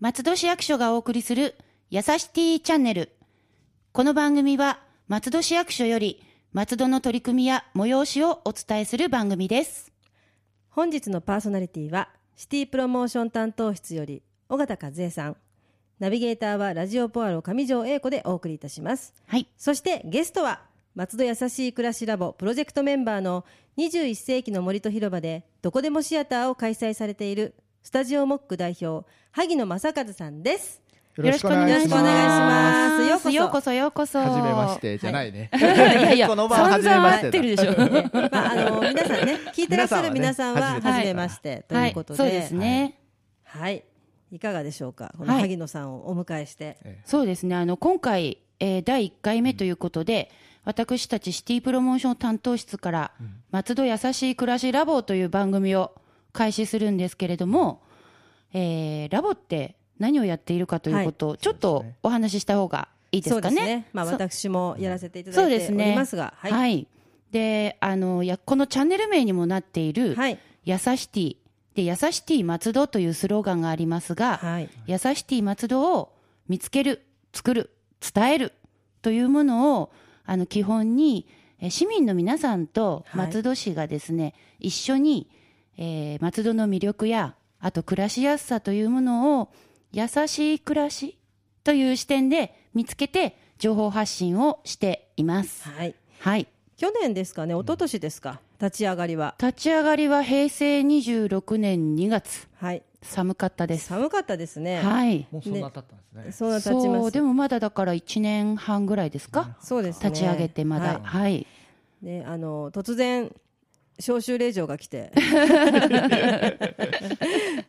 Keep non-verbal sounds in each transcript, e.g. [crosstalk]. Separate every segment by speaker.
Speaker 1: 松戸市役所がお送りするやさしティーチャンネルこの番組は松戸市役所より松戸の取り組みや催しをお伝えする番組です
Speaker 2: 本日のパーソナリティはシティプロモーション担当室より尾形和恵さんナビゲーターはラジオポアロ上条英子でお送りいたします
Speaker 1: はい
Speaker 2: そしてゲストは松戸やさしい暮らしラボプロジェクトメンバーの21世紀の森と広場でどこでもシアターを開催されているスタジオモック代表萩野正和さんです
Speaker 1: よろしくお願
Speaker 2: よろ
Speaker 1: い
Speaker 2: し
Speaker 1: し
Speaker 2: くお願
Speaker 1: ま
Speaker 2: いしま
Speaker 1: す
Speaker 2: すようこそ
Speaker 1: ようこそようこそ
Speaker 3: はじめましてじゃないね。
Speaker 1: [laughs] いやい
Speaker 3: [laughs]
Speaker 1: や
Speaker 3: この場は初めましてだ
Speaker 1: 散々会ってるでしょ
Speaker 2: まあ、あの皆さんね聞いてらっしゃる皆
Speaker 3: 皆
Speaker 2: さ
Speaker 3: さ
Speaker 2: ん
Speaker 3: ん
Speaker 2: は
Speaker 3: はね
Speaker 2: 初めまして
Speaker 1: [laughs]
Speaker 2: と
Speaker 1: は
Speaker 2: いう
Speaker 1: い
Speaker 2: ことで、
Speaker 1: そうですね、
Speaker 2: はい、いかがでしょうか、この
Speaker 1: はい
Speaker 2: 萩野さんをお迎えして。
Speaker 1: そうですね、あの今回、えー第1回目ということで、私たちシティプロモーション担当室から、松戸やさしい暮らしラボという番組を開始するんですけれども、えーラボって何をやっているかということを、ちょっとお話しした方がいいですかね。
Speaker 2: まあ、
Speaker 1: そう
Speaker 2: 私もやらせていただ
Speaker 1: そう
Speaker 2: い
Speaker 1: です
Speaker 2: ており
Speaker 1: ね。
Speaker 2: ますが、、
Speaker 1: はいい、で、あの、や、このチャンネル名にもなっている、
Speaker 2: はい、
Speaker 1: やさシティ。で、やさシティ松戸というスローガンがありますが、
Speaker 2: はい、
Speaker 1: やさシティ松戸を見つける、作る、伝えるというものをあの基本にえー市民の皆さんと
Speaker 2: はい
Speaker 1: 松戸市がですね、一緒に、えー松戸の魅力やあと暮らしやすさというものを優しい暮らしという視点で見つけて情報発信をしています。
Speaker 2: はい、
Speaker 1: はい。
Speaker 2: 去年ですかね、一昨年ですか、立ち上がりは。
Speaker 1: 立ち上がりは平成26年2月、
Speaker 2: はい、
Speaker 1: 寒かったです。
Speaker 2: 寒かったですね。
Speaker 1: はい。
Speaker 3: もうそんな経ったんですね。
Speaker 2: そうな立ちま
Speaker 1: そう
Speaker 2: す
Speaker 1: で。もまだだから1年半ぐらいですか、
Speaker 2: そうです、ね。
Speaker 1: 立ち上げてまだ、
Speaker 2: は
Speaker 1: はい、
Speaker 2: いね、あの、突然。招集令状が来て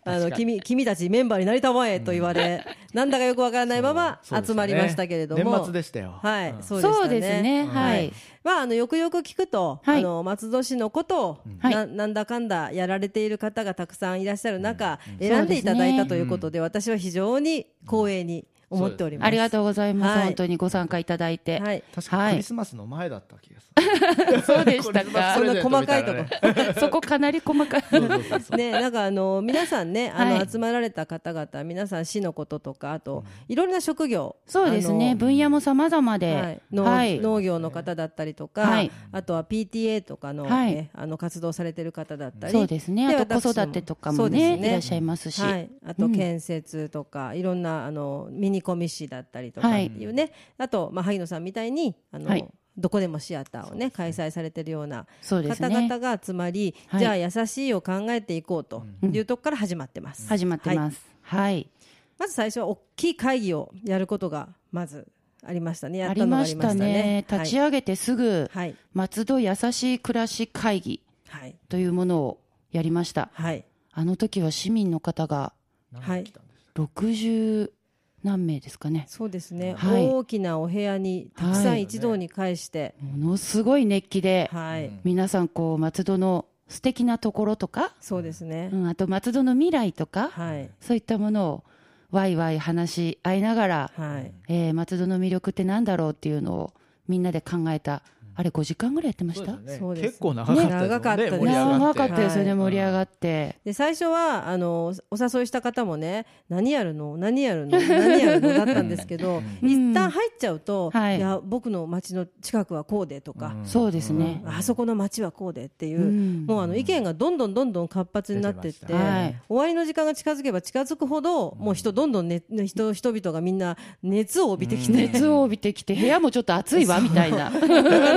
Speaker 2: あの君君たちメンバーになりたまえと言われ、なんだかよくわからないまま
Speaker 3: そうです
Speaker 2: 集
Speaker 3: ね
Speaker 2: まりましたけれども、
Speaker 3: 年末でしたよ。
Speaker 2: はい、
Speaker 3: うん
Speaker 2: そうでしたね
Speaker 1: そうですね、はい、
Speaker 2: まあ、あのよくよく聞くと、
Speaker 1: はい
Speaker 2: あの松戸市のことを、
Speaker 1: はい
Speaker 2: ななんだかんだやられている方がたくさんいらっしゃる中、
Speaker 1: ん
Speaker 2: 選んでいただい
Speaker 1: そうです
Speaker 2: た
Speaker 1: ね
Speaker 2: ということで、私は非常に光栄に思っております。
Speaker 1: ありがとうございます、
Speaker 2: はい
Speaker 1: 本当にご参加いただいて、
Speaker 2: はい、
Speaker 3: 確か
Speaker 1: は
Speaker 3: に
Speaker 1: い
Speaker 3: クリスマスの前だった気がする。
Speaker 1: そうでし
Speaker 3: ク
Speaker 1: た
Speaker 3: リスマス
Speaker 1: か
Speaker 2: そ
Speaker 3: プ
Speaker 2: ん
Speaker 3: レ
Speaker 2: な
Speaker 3: ゼント
Speaker 2: 細
Speaker 3: み
Speaker 2: か
Speaker 3: た
Speaker 2: い
Speaker 3: い
Speaker 2: と
Speaker 3: な
Speaker 2: こ
Speaker 3: ね。
Speaker 1: そこかなり細
Speaker 2: [laughs]
Speaker 1: かい [laughs]
Speaker 3: そうそうそう
Speaker 2: ね、なんかあの皆さんね、あの、
Speaker 1: はい
Speaker 2: 集まられた方々、皆さん市のこととか、あと、いろんな職業、
Speaker 1: そうですね
Speaker 2: あの
Speaker 1: 分野も様々
Speaker 2: は
Speaker 1: で
Speaker 2: い、農
Speaker 1: はい、
Speaker 2: 農業の方だったりとか、
Speaker 1: はい
Speaker 2: あとは PTA とかの,、ね
Speaker 1: はい
Speaker 2: あの活動されてる方だったり、
Speaker 1: そうですねあと
Speaker 2: 私
Speaker 1: 子
Speaker 2: も
Speaker 1: 育てとか
Speaker 2: そ
Speaker 1: も
Speaker 2: うで
Speaker 1: ね
Speaker 2: す
Speaker 1: いらっしゃいますし、
Speaker 2: はい、あと
Speaker 1: うん
Speaker 2: 建設とか、いろんなあのミニコミ誌だったりとかっ
Speaker 1: は
Speaker 2: て
Speaker 1: い
Speaker 2: いうね、あと、まあ、萩野さんみたいにあの、
Speaker 1: はい
Speaker 2: どこでもシアターをね開催されてるような
Speaker 1: そうです
Speaker 2: 方
Speaker 1: ね
Speaker 2: 々が集まり、
Speaker 1: はい
Speaker 2: じゃあ優しいを考えていこうというとこから始まってます、
Speaker 1: 始まって
Speaker 2: はい
Speaker 1: ますはい、
Speaker 2: まず最初は大きい会議をやることがまずありましたねや
Speaker 1: あ
Speaker 2: っ
Speaker 1: り
Speaker 2: たのがあ
Speaker 1: ま
Speaker 2: り
Speaker 1: し
Speaker 2: ましたた
Speaker 1: ね
Speaker 2: ね
Speaker 1: 立ち上げてすぐ
Speaker 2: はい
Speaker 1: 松戸やさしい暮らし会議
Speaker 2: はい
Speaker 1: というものをやりました
Speaker 2: はい
Speaker 1: あの時は市民の方が
Speaker 2: はい
Speaker 3: 何が来たんですか
Speaker 1: 60何名ですかね
Speaker 2: そうですね、
Speaker 1: はい
Speaker 2: 大きなお部屋にたくさ
Speaker 1: は
Speaker 2: ん
Speaker 1: い
Speaker 2: 一堂に会して、
Speaker 1: ものすごい熱気で、
Speaker 2: はい
Speaker 3: うん
Speaker 1: 皆さんこう松戸の素敵なところとか、
Speaker 2: そうですね、
Speaker 1: うん、あと松戸の未来とか、
Speaker 2: はい
Speaker 1: そういったものをワイワイ話し合いながら、
Speaker 2: はい
Speaker 1: えー松戸の魅力ってなんだろうっていうのをみんなで考えた、あれ5時間ぐらいやってまし
Speaker 3: そうで
Speaker 1: た、
Speaker 3: すね
Speaker 2: そうです
Speaker 3: 結構長かったですもんね。
Speaker 2: ね長かった
Speaker 1: 長かったで
Speaker 2: です
Speaker 3: 盛り上がって
Speaker 1: すよね、
Speaker 2: はい
Speaker 1: 盛り上がって、
Speaker 2: で最初はあのお誘いした方もね何やるの何やるの何やるのだったんですけど
Speaker 1: うん
Speaker 2: 一旦入っちゃうと、
Speaker 1: はい
Speaker 2: い、や僕の町の近くはこうでとか、
Speaker 1: そうですね、
Speaker 2: あそこの町はこうでっていう、
Speaker 1: うん
Speaker 2: もうあの意見がどんどんどんどん活発になってっ
Speaker 3: 出
Speaker 2: て
Speaker 3: て
Speaker 1: ましたはい
Speaker 2: 終わりの時間が近づけば近づくほど、もう人どんどん、ね、人人々がみんな熱を帯びてきて、
Speaker 1: 熱を帯びてきて部屋もちょっと暑いわみたいな
Speaker 2: [laughs]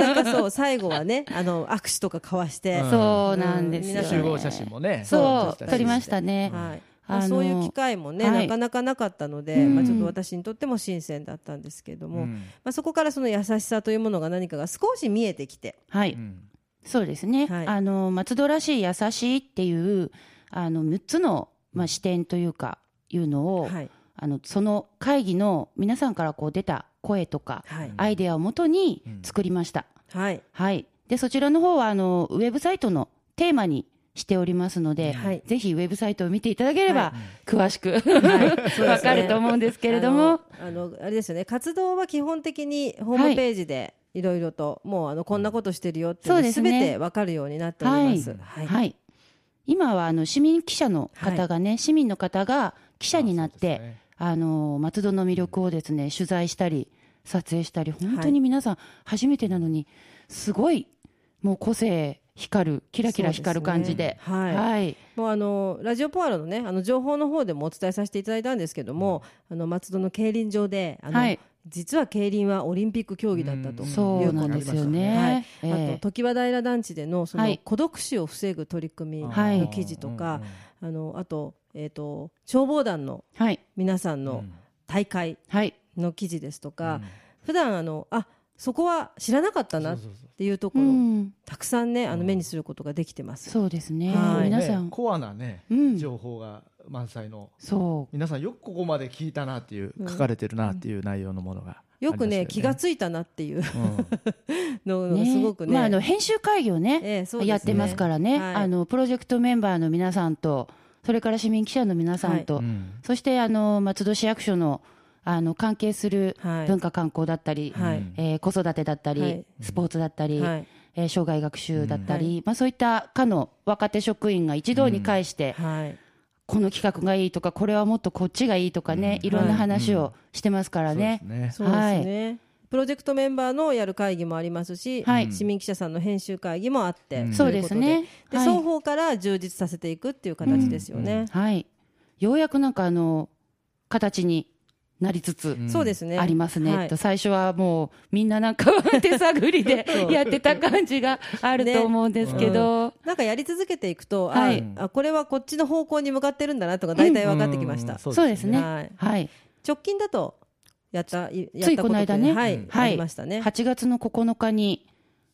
Speaker 2: なかなかそう最後はねあの握手とか交わして、
Speaker 3: うん
Speaker 1: そうなんですよ、ね、
Speaker 3: 集合写真もね。
Speaker 1: そう
Speaker 2: そう
Speaker 1: 撮りましたね、
Speaker 2: はい
Speaker 1: あの
Speaker 2: そういう機会もね、
Speaker 1: はい
Speaker 2: なかなかなかったので、
Speaker 1: うん
Speaker 2: まあ、ちょっと私にとっても新鮮だったんですけれども、
Speaker 3: うん
Speaker 2: まあ、そこからその優しさというものが何かが少し見えてきて、
Speaker 1: はい、
Speaker 3: うん
Speaker 1: そうですね、
Speaker 2: はい
Speaker 1: あの松戸らしい優しいっていうあの6つの、まあ、視点というかいうのを、
Speaker 2: はい
Speaker 1: あのその会議の皆さんからこう出た声とか、
Speaker 2: はい
Speaker 1: アイデアをもとに
Speaker 3: うん
Speaker 1: 作りました、 [laughs]
Speaker 2: はい
Speaker 1: はい、でそちらの方はあのウェブサイトのテーマにしておりますので、
Speaker 2: はい
Speaker 1: ぜひウェブサイトを見ていただければ、詳しく、
Speaker 2: ね
Speaker 1: わかると思うんですけれども、
Speaker 2: あのあのあれですよね活動は基本的にホームページでいろいろと、もうあのこんなことしてるよっていう
Speaker 1: そ
Speaker 2: の
Speaker 1: うですす
Speaker 2: べ
Speaker 1: ね
Speaker 2: てわかるようになっております。
Speaker 1: は
Speaker 2: はいいはい
Speaker 1: 今はあの市民記者の方がね、市民の方が記者になって、
Speaker 3: あそうですね
Speaker 1: あの松戸の魅力をですね取材したり撮影したり本当に皆さん初めてなのにすごいもう個性光るキラキラ光る感じで
Speaker 2: そうですねはい
Speaker 1: はい
Speaker 2: もうあのラジオポアロのねあの情報の方でもお伝えさせていただいたんですけども、あの松戸の競輪場であの、
Speaker 1: はい
Speaker 2: 実は競輪はオリンピック競技だったと
Speaker 3: うん
Speaker 2: い
Speaker 1: そううな
Speaker 2: こ
Speaker 1: ん
Speaker 2: と
Speaker 1: で
Speaker 2: です
Speaker 1: すよね。え
Speaker 2: あと
Speaker 1: え
Speaker 2: 常盤平団地でのそ
Speaker 1: は
Speaker 2: の
Speaker 1: い
Speaker 2: 孤独死を防ぐ取り組み
Speaker 1: はい
Speaker 2: の記事とか、あのあと,、えー、と消防団の
Speaker 1: はい
Speaker 2: 皆さん
Speaker 3: うんうんう
Speaker 2: の
Speaker 3: ん
Speaker 2: 大会
Speaker 1: はい
Speaker 2: の記事ですと
Speaker 3: う
Speaker 2: か
Speaker 3: ん、
Speaker 2: 普段あのあそこは知らなかったなっ
Speaker 3: そうそうそう
Speaker 2: ていうとこ
Speaker 1: う
Speaker 2: ろ、
Speaker 1: ん
Speaker 2: たくさんねあ
Speaker 3: う
Speaker 2: の
Speaker 3: ん
Speaker 2: 目にすることができてます。
Speaker 1: そうですね
Speaker 2: はい
Speaker 1: 皆さ
Speaker 3: ね
Speaker 1: ん
Speaker 3: コアなね
Speaker 1: うん
Speaker 3: 情報が満載の
Speaker 1: そう
Speaker 3: 皆さんよくここまで聞いたなっていう
Speaker 2: うん
Speaker 3: 書かれてるなっていう内容のものが
Speaker 2: よくね気が
Speaker 3: つ
Speaker 2: ついたなっていうのが
Speaker 1: ね
Speaker 2: すごくね。
Speaker 1: まああの編集会議をね
Speaker 2: ええそうですね
Speaker 1: やってますからね、
Speaker 2: はい
Speaker 1: あのプロジェクトメンバーの皆さんと、それから市民記者の皆さんと、そしてあの松戸市役所のあの関係する
Speaker 2: はい
Speaker 1: 文化観光だったり、
Speaker 2: はい
Speaker 1: えー子育てだったり、
Speaker 2: はい
Speaker 1: スポーツだったり、
Speaker 2: はい
Speaker 1: えー障害学習だったり、
Speaker 2: うん
Speaker 1: まあ、そういった課の若手職員が一堂に会して、
Speaker 2: はい
Speaker 1: この企画がいいとか、これはもっとこっちがいいとかね、
Speaker 3: うん
Speaker 1: いろんな話をしてますからね。
Speaker 3: ね
Speaker 2: そうですね、プロジェクトメンバーのやる会議もありますし、
Speaker 1: はい
Speaker 2: 市民記者さんの編集会議もあって、
Speaker 3: うん
Speaker 1: そうです
Speaker 2: という
Speaker 1: ね
Speaker 2: ことでで、
Speaker 1: はい
Speaker 2: 双方から充実させていくっていう形ですよね、
Speaker 1: はい、ようやくなんかあの形になりつつ、
Speaker 3: うん
Speaker 2: そうですね
Speaker 1: ありますね、
Speaker 2: はい
Speaker 1: えっと最初はもうみんななんか [laughs] 手探りで
Speaker 2: そう
Speaker 1: やってた感じがあると思うんですけど、
Speaker 2: なんかやり続けていくと、あ
Speaker 1: はい
Speaker 2: あこれはこっちの方向に向かってるんだなとか大体分かってきました、
Speaker 3: うん
Speaker 1: そうですね
Speaker 2: はい、
Speaker 1: はい、
Speaker 2: 直近だとやったいや
Speaker 1: つ
Speaker 2: っ
Speaker 1: い
Speaker 2: た
Speaker 1: こ
Speaker 2: こと
Speaker 1: の
Speaker 2: で
Speaker 1: 間ね
Speaker 2: はい
Speaker 3: うん
Speaker 1: はい
Speaker 2: ありましたね、
Speaker 1: 8月の9日に、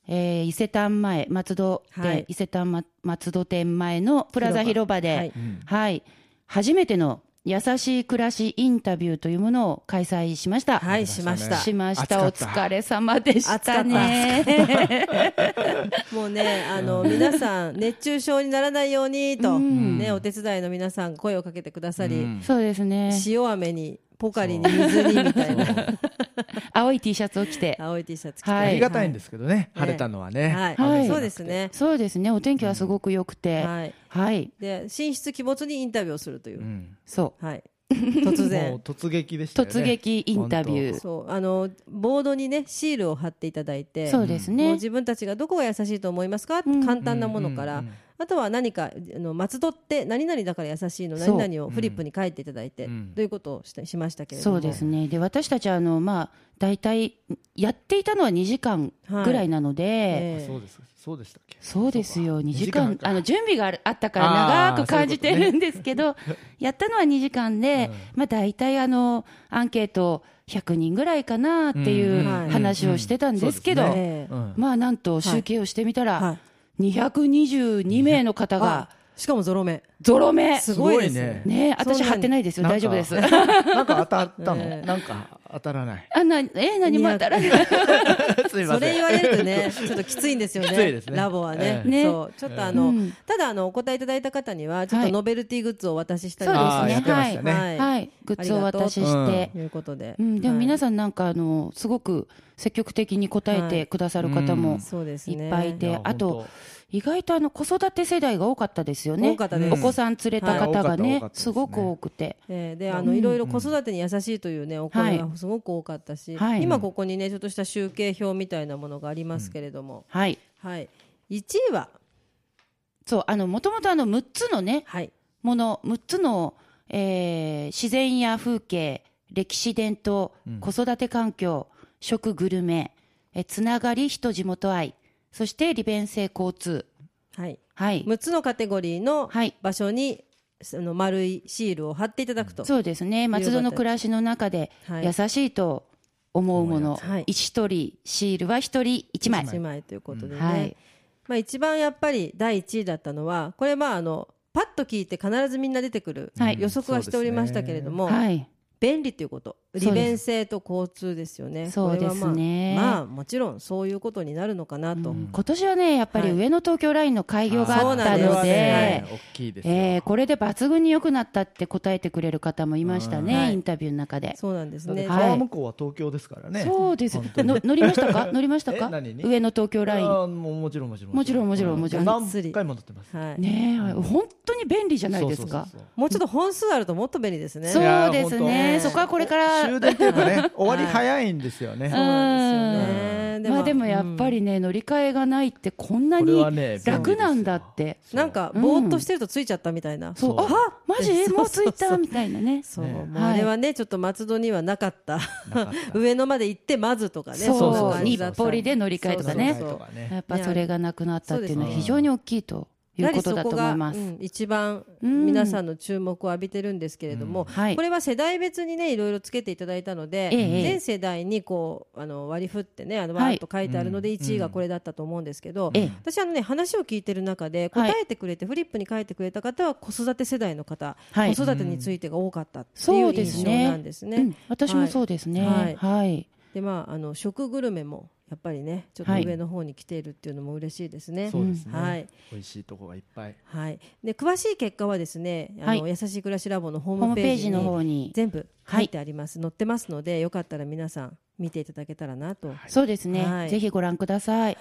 Speaker 1: えー伊勢丹前松戸店、
Speaker 2: はい
Speaker 1: 伊勢丹、ま、松戸店前のプラザ広場で
Speaker 2: はい
Speaker 3: うん
Speaker 1: はい、初めての優しい暮らしインタビューというものを開催しました。
Speaker 2: はいしました
Speaker 1: しましたお
Speaker 3: 暑かった
Speaker 1: 疲れ様でしたね。
Speaker 2: もうねあの皆さん熱中症にならないようにと、
Speaker 1: うん
Speaker 2: ね、お手伝いの皆さん声をかけてくださり、
Speaker 3: うん
Speaker 1: そうですね。
Speaker 2: 塩飴にポカリに水にみたいな
Speaker 1: 青い T シャツを着て。
Speaker 2: 青い T シャツ着て、
Speaker 1: はい
Speaker 3: ありがたいんですすけどね晴れたのは
Speaker 2: はい
Speaker 3: ね
Speaker 1: はい
Speaker 2: そうですね
Speaker 1: そうですね。お天気はすごく良くて。はい。
Speaker 2: はいで寝室鬼没にインタビューをするという、
Speaker 3: うん
Speaker 1: そ
Speaker 3: [laughs]
Speaker 2: はい突
Speaker 3: もう
Speaker 2: 然
Speaker 3: 突撃でし
Speaker 1: う。
Speaker 3: たよね
Speaker 1: 突撃インタビュー。
Speaker 2: そうあのボードにねシールを貼っていただいて
Speaker 1: そうです
Speaker 2: もう
Speaker 1: ね。
Speaker 2: 自分たちがどこが優しいと思いますか、
Speaker 1: ん
Speaker 2: 簡単なものから、
Speaker 3: うんうんうん
Speaker 2: あとは何かあの松戸って何々だから優しいの
Speaker 1: そう
Speaker 2: 何々をフリップに書いていただいて、
Speaker 3: うん
Speaker 2: ということをしてしましたけれど
Speaker 1: そ
Speaker 2: も
Speaker 1: うですね。で、私たち、あの、まあ、大体、やっていたのは2時間ぐらいなので、
Speaker 2: ええ
Speaker 3: あそうですそうでしたっけ
Speaker 1: そうですよ、
Speaker 3: そうか
Speaker 1: 2時間、
Speaker 3: 二か
Speaker 1: あの準備があるあったか
Speaker 3: あ
Speaker 1: ら
Speaker 3: ー
Speaker 1: 長く感じてるんですけど、やったのは2時間で、まあ、大体あのアンケート100人ぐらいかなってい
Speaker 3: うん
Speaker 1: う
Speaker 2: はい
Speaker 1: 話をしてたんですけど、
Speaker 3: そうです
Speaker 2: ええ
Speaker 3: うん
Speaker 1: まあなんと集計をしてみた
Speaker 2: は
Speaker 1: ら、
Speaker 2: い
Speaker 1: 222名の方が
Speaker 2: あしかもゾロ目
Speaker 1: ゾロ目、
Speaker 2: すごいですね
Speaker 3: すごい
Speaker 1: ね、私、
Speaker 2: そんなに
Speaker 1: 貼ってないですよ、
Speaker 3: なんか
Speaker 1: 大丈夫です。
Speaker 3: なんか当たった
Speaker 2: え
Speaker 3: の
Speaker 2: え
Speaker 3: なんか当たらない
Speaker 1: [laughs] あなえ何も当たらない
Speaker 3: すい
Speaker 2: そ
Speaker 3: ません
Speaker 2: れ言われるとねちょっときついんですよね
Speaker 3: [laughs] きついですね
Speaker 2: ラボは
Speaker 1: え
Speaker 2: ね,、
Speaker 1: えね
Speaker 2: そうちょっとあの、
Speaker 1: うん
Speaker 2: ただあのお答えいただいた方にはちょっ
Speaker 1: は
Speaker 2: と
Speaker 1: い
Speaker 2: ノベルティグッズをお渡ししたり
Speaker 1: そうですね
Speaker 3: あーやってましたね
Speaker 2: はい
Speaker 1: はい、グッズをお渡しして
Speaker 2: と。いうことで、
Speaker 1: うん、でも皆
Speaker 2: さ
Speaker 1: さん、なんかあのすごく積極的に答えてくださる方
Speaker 3: は
Speaker 1: も
Speaker 3: い
Speaker 2: そうですね
Speaker 1: いっぱいい
Speaker 3: い
Speaker 1: て
Speaker 3: や、
Speaker 1: あと
Speaker 3: 本
Speaker 1: 意外とあの子育て世代が多かったですよね、
Speaker 2: 多かったです
Speaker 1: お子さん連れた方が
Speaker 3: はい多かった多
Speaker 1: ね
Speaker 3: かった、ですね
Speaker 1: すごく多くて、
Speaker 2: えー、であの、
Speaker 1: うん
Speaker 2: いろいろ子育てに優しいというねお声
Speaker 1: は
Speaker 2: がすごく多かったし、
Speaker 1: はい
Speaker 2: 今ここにねちょっとした集計表みたいなものがありますけれども、
Speaker 1: はい、
Speaker 2: はい1位は
Speaker 1: そう、あのもともとあの6つのね、
Speaker 2: はい
Speaker 1: もの、6つの、えー自然や風景、歴史、伝統、子育て環境、食、グルメ、えつながり、人、地元愛、そして利便性、交通、
Speaker 2: はい
Speaker 1: はい、
Speaker 2: 6つのカテゴリーの
Speaker 1: はい
Speaker 2: 場所に、その丸いシールを貼っていただくと、
Speaker 1: そうですね、松戸の暮らしの中で、
Speaker 2: はい
Speaker 1: 優しいと思うもの、
Speaker 2: はい
Speaker 1: 一人、シールは一人一枚。
Speaker 2: 1枚ということでね、
Speaker 1: はい
Speaker 2: まあ、一番やっぱり第1位だったのはこれまああのパッと聞いて必ずみんな出てくる
Speaker 1: はい
Speaker 2: 予測はしておりましたけれども、
Speaker 1: はい
Speaker 2: 便利ということ
Speaker 1: です
Speaker 2: 利便性と交通ですよね
Speaker 1: そうですね
Speaker 2: これはまあ、まあ、もちろんそういうことになるのかなと、
Speaker 1: うん今年はね、やっぱり
Speaker 2: はい
Speaker 1: 上野東京ラインの開業があった
Speaker 2: そ
Speaker 1: の
Speaker 2: うなんです
Speaker 1: で
Speaker 2: ね、
Speaker 3: 大きいですよ
Speaker 1: えーこれで抜群に良くなったって答えてくれる方もいました
Speaker 2: うんは
Speaker 1: ね、
Speaker 2: い
Speaker 1: インタビューの中で。
Speaker 2: そうなんです
Speaker 3: だって
Speaker 2: ね、
Speaker 1: はい
Speaker 3: 川向こうは東京ですからね
Speaker 1: そうです
Speaker 3: 本当。に
Speaker 1: の乗りましたか乗りました
Speaker 3: え
Speaker 1: か
Speaker 3: 何に
Speaker 1: 上野東京ライン。
Speaker 3: あーもうもちろんもちろん
Speaker 1: もちろんもちろんもちろん
Speaker 3: う何回も乗ってます
Speaker 2: はい
Speaker 1: ねえ、本当に便利じゃないですか
Speaker 3: そう。そうそう
Speaker 2: もうちょっと本数あるともっと便利ですね
Speaker 1: そうです
Speaker 3: い
Speaker 1: ね。
Speaker 3: や
Speaker 1: そこはこれか
Speaker 3: そ
Speaker 1: ら。
Speaker 3: う終電っていう
Speaker 1: [laughs]
Speaker 3: かね終わり早いんですよね、
Speaker 1: うん
Speaker 2: そうなんですよね、
Speaker 1: まあでもやっぱりね、乗り換えがないってこんな
Speaker 3: これ
Speaker 1: に
Speaker 3: はね
Speaker 1: 楽なんだって。
Speaker 3: そう
Speaker 2: なんかぼーっとしてるとついちゃったみたいな、
Speaker 1: そう。
Speaker 3: そう
Speaker 1: あ、マジ
Speaker 2: そう
Speaker 1: もう着い
Speaker 2: そうそ
Speaker 1: た
Speaker 2: う
Speaker 1: みたいなね。
Speaker 2: そう、
Speaker 3: ね
Speaker 2: もうあれはねちょっと松戸にはなかった
Speaker 3: なかった
Speaker 2: 上野まで行ってまずとかね
Speaker 1: そう
Speaker 2: い感じだった
Speaker 1: 日暮里で乗り換えとかね
Speaker 2: そうそうそう
Speaker 1: やっぱそれがなくなったっていうのは
Speaker 3: そうですね
Speaker 1: 非常に大きいとい
Speaker 2: や
Speaker 1: う
Speaker 2: はり
Speaker 1: こと
Speaker 2: そ
Speaker 1: だ
Speaker 2: こと
Speaker 1: 思
Speaker 2: が、
Speaker 1: いま
Speaker 2: う
Speaker 1: す。
Speaker 2: ん一番
Speaker 1: うん
Speaker 2: 皆さんの注目を浴びてるんですけれども、
Speaker 1: はい
Speaker 2: こ。れは世代別にねいろいろつけていただいたので、
Speaker 1: ええ
Speaker 2: 全世代にこうあの割り振ってねあのわ
Speaker 1: はい
Speaker 2: ーっと書いてあるので
Speaker 3: うん
Speaker 2: 1位がこれだったと思うんですけど、
Speaker 1: ええ
Speaker 2: 私あのね話を聞いてる中で
Speaker 1: は
Speaker 2: 答
Speaker 1: い
Speaker 2: えてくれて、フリップに書いてくれた方は子育て世代の方、
Speaker 1: はい
Speaker 2: 子育てについてが多かったってい
Speaker 1: そううで
Speaker 2: 印
Speaker 1: す
Speaker 2: 象
Speaker 1: ね
Speaker 2: なんですね。
Speaker 1: うん私もそうですね。
Speaker 2: はい
Speaker 1: はい。
Speaker 2: でまああの食グルメもやっぱりねちょっと
Speaker 1: はい
Speaker 2: 上の方に来ているっていうのも嬉しいですね。
Speaker 3: そうですね、
Speaker 2: はい
Speaker 3: 美味しいとこがいっぱい
Speaker 2: はい、で詳しい結果はですね、あの
Speaker 1: は
Speaker 2: 優しい暮らしラボのホ
Speaker 1: ホー
Speaker 2: ーム
Speaker 1: ム
Speaker 2: ペ
Speaker 1: ペ
Speaker 2: ー
Speaker 1: ー
Speaker 2: ジ
Speaker 1: ジ
Speaker 2: に
Speaker 1: の方に。
Speaker 2: 全部書いてあります、載ってますのでよかったら皆さん見ていただけたらなと、はい
Speaker 1: そうです
Speaker 2: は
Speaker 1: ね。
Speaker 2: い
Speaker 1: ぜひご覧ください。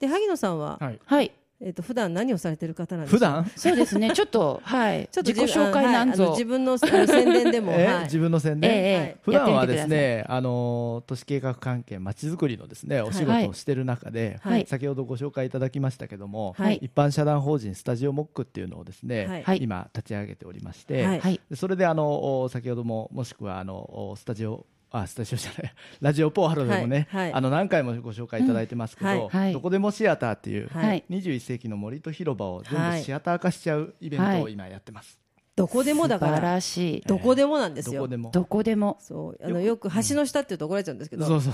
Speaker 2: で萩野さんは、
Speaker 3: はい
Speaker 1: はい。
Speaker 2: えっと普段何をされてる方なんです
Speaker 3: 普
Speaker 2: か
Speaker 3: 段
Speaker 1: そうですね。ちょっと、はい。
Speaker 2: [laughs] ちょっと
Speaker 1: 自己紹介なん
Speaker 2: はいあの
Speaker 1: ぞ
Speaker 2: 自。分のあの宣伝でも、
Speaker 3: [laughs] え、
Speaker 2: はい
Speaker 3: 自分の宣伝、
Speaker 1: ええ
Speaker 2: はい
Speaker 1: ええ
Speaker 3: 普段
Speaker 1: やっ
Speaker 3: は
Speaker 1: てみ
Speaker 3: で
Speaker 1: て
Speaker 3: す
Speaker 1: ください
Speaker 3: ね、あの都市計画関係、まちづくりのですね、お仕事をしてる中で、
Speaker 1: はい
Speaker 3: 先ほどご紹介いただきましたけども、
Speaker 1: はい
Speaker 3: 一般社団法人スタジオモックっていうのをですね、
Speaker 1: はい
Speaker 3: 今立ち上げておりまして、
Speaker 2: はい
Speaker 1: はい。
Speaker 3: でそれであのお先ほどももしくはあのおスタジオあスタジオじゃない [laughs] ラジオポーハロでもね、
Speaker 2: はいはい
Speaker 3: あの何回もご紹介いただいてますけど、
Speaker 2: うんはい
Speaker 1: はい
Speaker 3: どこでもシアターっていう、
Speaker 2: はい
Speaker 1: はい。
Speaker 3: 21世紀の森と広場を全
Speaker 2: は
Speaker 3: 部
Speaker 2: い
Speaker 3: シアター化しちゃうイベントを今やってます。
Speaker 2: どこでもだ
Speaker 1: 素
Speaker 2: か
Speaker 1: 晴
Speaker 2: ら
Speaker 1: らしい。
Speaker 2: どこでもなんです
Speaker 3: ど
Speaker 2: よ
Speaker 3: こでも。
Speaker 1: どこでも。
Speaker 2: そうあのよく橋の下っていうと怒られちゃうんですけど
Speaker 3: そうそう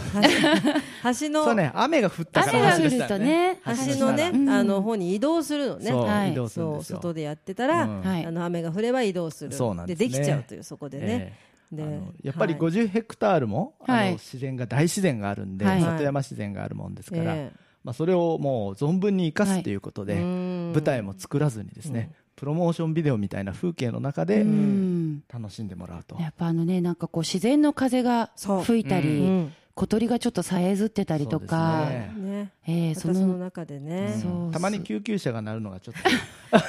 Speaker 2: 橋橋
Speaker 3: そう
Speaker 2: の、
Speaker 3: ね、雨が降ったか
Speaker 1: 雨
Speaker 3: ら
Speaker 1: が
Speaker 3: 橋
Speaker 1: 降
Speaker 3: でし
Speaker 1: る
Speaker 3: た
Speaker 1: と
Speaker 3: よね。
Speaker 1: ね、
Speaker 3: 橋
Speaker 2: 橋のね、
Speaker 1: うん
Speaker 2: あの方に移動するのね
Speaker 3: そう、
Speaker 1: はい
Speaker 3: 移動するん
Speaker 2: そう
Speaker 3: ですよ。
Speaker 2: 外でやってたら、
Speaker 3: うん
Speaker 1: はい
Speaker 2: あの雨が降れば移動する
Speaker 3: そうなんです
Speaker 2: で
Speaker 3: ね
Speaker 2: できちゃうというそこでね、
Speaker 3: ええ
Speaker 2: で
Speaker 3: あのやっぱり
Speaker 2: はい
Speaker 3: 50ヘクタールも、
Speaker 1: はい
Speaker 3: あの自然が大自然があるんで、
Speaker 1: はい
Speaker 3: 里山自然があるもんですから、
Speaker 2: え
Speaker 3: まあ、それをもう存分に生か
Speaker 1: は
Speaker 3: す
Speaker 1: い
Speaker 3: ということ
Speaker 2: え
Speaker 3: で、
Speaker 2: うん
Speaker 3: 舞台も作らずにですね、プロモーションビデオみたいな風景の中で
Speaker 1: うん。
Speaker 3: 楽しんでもらうと、
Speaker 1: やっぱあのね、なんかこう自然の風が
Speaker 2: そう
Speaker 1: 吹いた
Speaker 2: う
Speaker 1: り、
Speaker 2: ん
Speaker 1: 小鳥がちょっとさえずってたりと
Speaker 3: そう
Speaker 1: か
Speaker 3: です、ね
Speaker 2: ね、
Speaker 1: ええ
Speaker 2: また
Speaker 1: そ
Speaker 2: その
Speaker 1: の、
Speaker 2: 中で
Speaker 3: う
Speaker 2: ね
Speaker 3: ん、
Speaker 1: そう
Speaker 3: たまに救急車が鳴るのがちょっ
Speaker 2: ま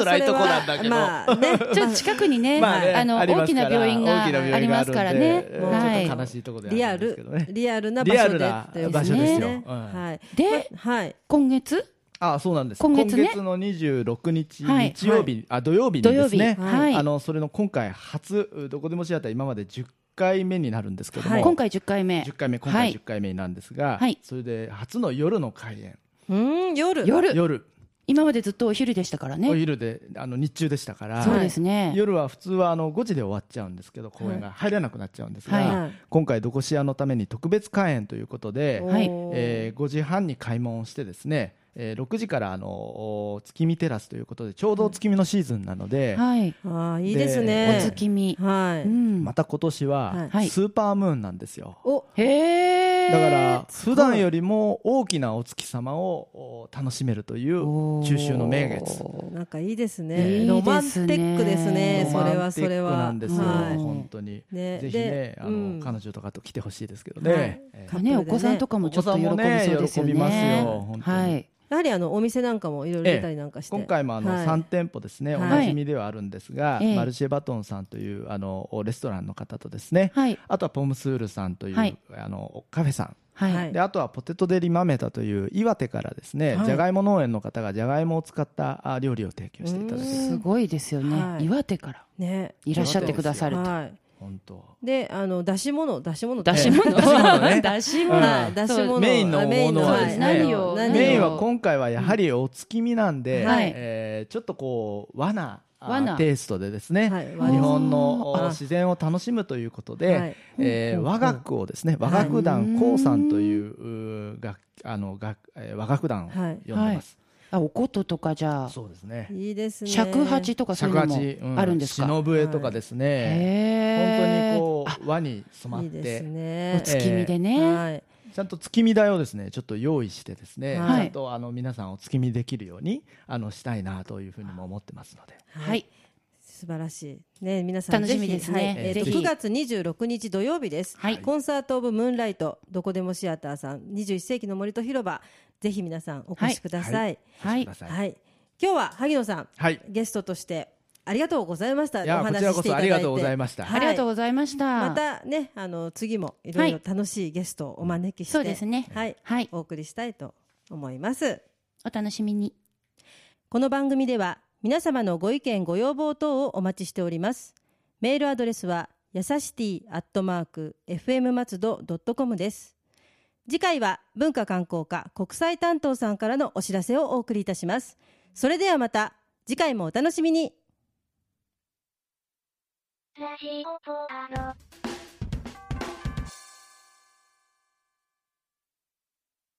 Speaker 1: [laughs]
Speaker 2: あ
Speaker 3: 辛いとこなんだけど、
Speaker 2: ま
Speaker 3: [laughs]
Speaker 2: あね、
Speaker 1: ちょっと近くにね、
Speaker 3: まあね
Speaker 1: あの、
Speaker 3: りま
Speaker 1: 大
Speaker 3: す
Speaker 1: き
Speaker 3: か
Speaker 1: な
Speaker 3: ら
Speaker 1: 病院が
Speaker 3: 大きな病院
Speaker 1: ありますからね
Speaker 3: あ。るんで
Speaker 1: は
Speaker 3: ちょっと悲
Speaker 1: い。
Speaker 3: しいところで
Speaker 2: リ
Speaker 3: はあ
Speaker 2: ア
Speaker 3: るんですけ
Speaker 2: ル
Speaker 3: どね、
Speaker 2: リアルな場
Speaker 3: リア
Speaker 2: 所
Speaker 3: ル
Speaker 2: で
Speaker 3: な
Speaker 2: というこ
Speaker 3: 場
Speaker 2: と
Speaker 3: 所です
Speaker 1: ね
Speaker 3: よ。うん
Speaker 2: はい、
Speaker 1: で、
Speaker 2: まはい、
Speaker 1: 今月
Speaker 3: あそうなんです
Speaker 1: 今
Speaker 3: 今
Speaker 1: 月
Speaker 3: 月,、
Speaker 1: ね
Speaker 3: の26日、
Speaker 1: はい
Speaker 3: 日曜日、あ土曜日に
Speaker 1: 土曜
Speaker 3: です
Speaker 1: 日。
Speaker 3: ね、
Speaker 1: は
Speaker 3: あ
Speaker 1: い。
Speaker 3: のそれの今回初うどこでもシアター今まで10回目になるんですけども、
Speaker 2: はい
Speaker 1: 今回10回目
Speaker 3: 10。回目今
Speaker 1: は
Speaker 3: 回
Speaker 1: い
Speaker 3: 10回目なんですが、
Speaker 1: はい
Speaker 3: それで初の夜の開演、
Speaker 2: うん夜
Speaker 1: 夜。
Speaker 3: 夜
Speaker 1: 今までずっとお昼でしたから
Speaker 3: お
Speaker 1: ね。
Speaker 3: 昼であの日中でしたから、
Speaker 1: そうですね。
Speaker 3: 夜は普通はあの5時で終わっちゃうんですけど公演が入らなくなっちゃうんですが、
Speaker 1: はい
Speaker 2: はい
Speaker 3: 今回「どこシア」のために特別開演ということで、
Speaker 1: はい
Speaker 2: おー
Speaker 3: えー5時半に開門をしてですね、えー6時からあのお月見テラスということでちょうど月見のシーズンなので、
Speaker 1: はい。
Speaker 2: ああいいです
Speaker 1: お
Speaker 2: ね
Speaker 3: で
Speaker 1: 月見。
Speaker 2: は
Speaker 1: う
Speaker 2: い
Speaker 1: ん。
Speaker 3: また今年は
Speaker 1: はい
Speaker 3: スーパームーンなんですよ。
Speaker 2: お
Speaker 1: へえ。
Speaker 3: だから
Speaker 2: すごい
Speaker 3: 普段よりも大きなお月様をお楽しめるという中秋の名月
Speaker 2: なんかい
Speaker 1: いい
Speaker 2: いです
Speaker 1: です
Speaker 2: ね
Speaker 1: ね
Speaker 2: ロマンテックですね
Speaker 1: え
Speaker 2: それはそれ
Speaker 3: ロマ
Speaker 2: は
Speaker 3: ンテックなんですよ、
Speaker 1: はい
Speaker 3: 本当に、
Speaker 2: ね
Speaker 3: ぜひね
Speaker 2: で
Speaker 3: あの、
Speaker 2: うん
Speaker 3: 彼女とかと来てほしいですけど
Speaker 2: は
Speaker 3: ね
Speaker 2: い、
Speaker 3: え
Speaker 2: カップルでね
Speaker 1: ね、お子さんとかもちょっと喜びそうですよね。
Speaker 3: お子さんもね喜びますよ本当に
Speaker 1: はい。
Speaker 2: やはりあのお店なんかもいろいろ出たりなんかして、
Speaker 3: 今回もあの
Speaker 2: はい
Speaker 3: 3店舗ですね、
Speaker 2: はい
Speaker 3: おなじみではあるんですが、
Speaker 1: ええ
Speaker 3: マルシェバトンさんというあのレストランの方とですね、
Speaker 1: はい。
Speaker 3: あとはポムスールさんという、
Speaker 1: はい
Speaker 3: あのカフェさん
Speaker 1: はい。
Speaker 2: はい
Speaker 3: であとはポテトデリマメタという岩手からですね、
Speaker 2: はい
Speaker 3: じゃがいも農園の方がじゃがいもを使ったあ料理を提供していただいて
Speaker 2: うん
Speaker 3: ます
Speaker 1: すごいですよね、
Speaker 2: はい
Speaker 1: 岩手から
Speaker 2: ね
Speaker 1: いらっしゃってくださると。
Speaker 2: はい
Speaker 3: 本当
Speaker 2: であの出し物 [laughs] 出し物
Speaker 1: 出し
Speaker 2: 物
Speaker 1: 物、
Speaker 3: 出し物ね
Speaker 1: 出し物、
Speaker 2: はい出し
Speaker 1: そう
Speaker 2: 物
Speaker 3: メインの
Speaker 2: あ
Speaker 3: ものはですね
Speaker 2: い
Speaker 1: 何を
Speaker 2: 何を
Speaker 3: メインは今回はやはりお月見なんで、
Speaker 1: はい
Speaker 3: えーちょっとこう和なあ
Speaker 1: 和な
Speaker 3: テイストでですね、
Speaker 2: はい
Speaker 1: 和
Speaker 3: 日本の
Speaker 2: あ
Speaker 3: お自然を楽しむということで、
Speaker 2: はい
Speaker 3: えー和楽をですね和楽団こうさんというう楽あの楽、えー和楽団を呼んでます、
Speaker 1: あおこととかじゃあ
Speaker 3: そうですね
Speaker 2: いいですね
Speaker 1: 尺八とかそういうの
Speaker 3: 尺八う
Speaker 1: もあるんですか、
Speaker 3: 篠笛とかですね、
Speaker 1: へー
Speaker 3: 本当にこう輪に染まっ
Speaker 2: いいです
Speaker 3: て
Speaker 1: お
Speaker 2: ね
Speaker 1: 月見でね、
Speaker 2: はい
Speaker 3: ちゃんと月見台をですねちょっと用意してですね、
Speaker 2: はい
Speaker 3: ちゃんとあの皆さんお月見できるようにあのしたいなというふうにも思ってますので
Speaker 1: はい、はい
Speaker 2: 素晴らしい。ね、皆さん
Speaker 1: 楽しみですね
Speaker 2: ぜひはいえーと
Speaker 1: ぜひ
Speaker 2: 9月26日土曜日です。
Speaker 1: はい
Speaker 2: コンサートオブムーンライトどこでもシアターさん21世紀の森と広場ぜひ皆さんお越しください。
Speaker 1: はい
Speaker 3: お越しくだ
Speaker 2: はい。
Speaker 3: さい
Speaker 2: 今日は萩野さん、
Speaker 3: はい
Speaker 2: ゲストとしてありがとうございました。
Speaker 3: いや
Speaker 2: お話
Speaker 3: こちら
Speaker 2: しし
Speaker 3: こ
Speaker 2: ていた
Speaker 3: そ
Speaker 2: だ
Speaker 3: あ
Speaker 2: いて
Speaker 3: りがとうございました
Speaker 1: ありがとう
Speaker 2: は
Speaker 1: ございました、
Speaker 2: いまたねあの次もいろいろ楽しいゲストをお招きして、
Speaker 1: そうですね
Speaker 2: はい、
Speaker 1: はい
Speaker 2: お送りしたいと思います。
Speaker 1: お楽しみに
Speaker 2: この番組では皆様のご意見ご要望等をお待ちしておりますメールアドレスはやさしティアットマーク FM 松戸ドットコムです次回は文化観光課国際担当さんからのお知らせをお送りいたしますそれではまた次回もお楽しみに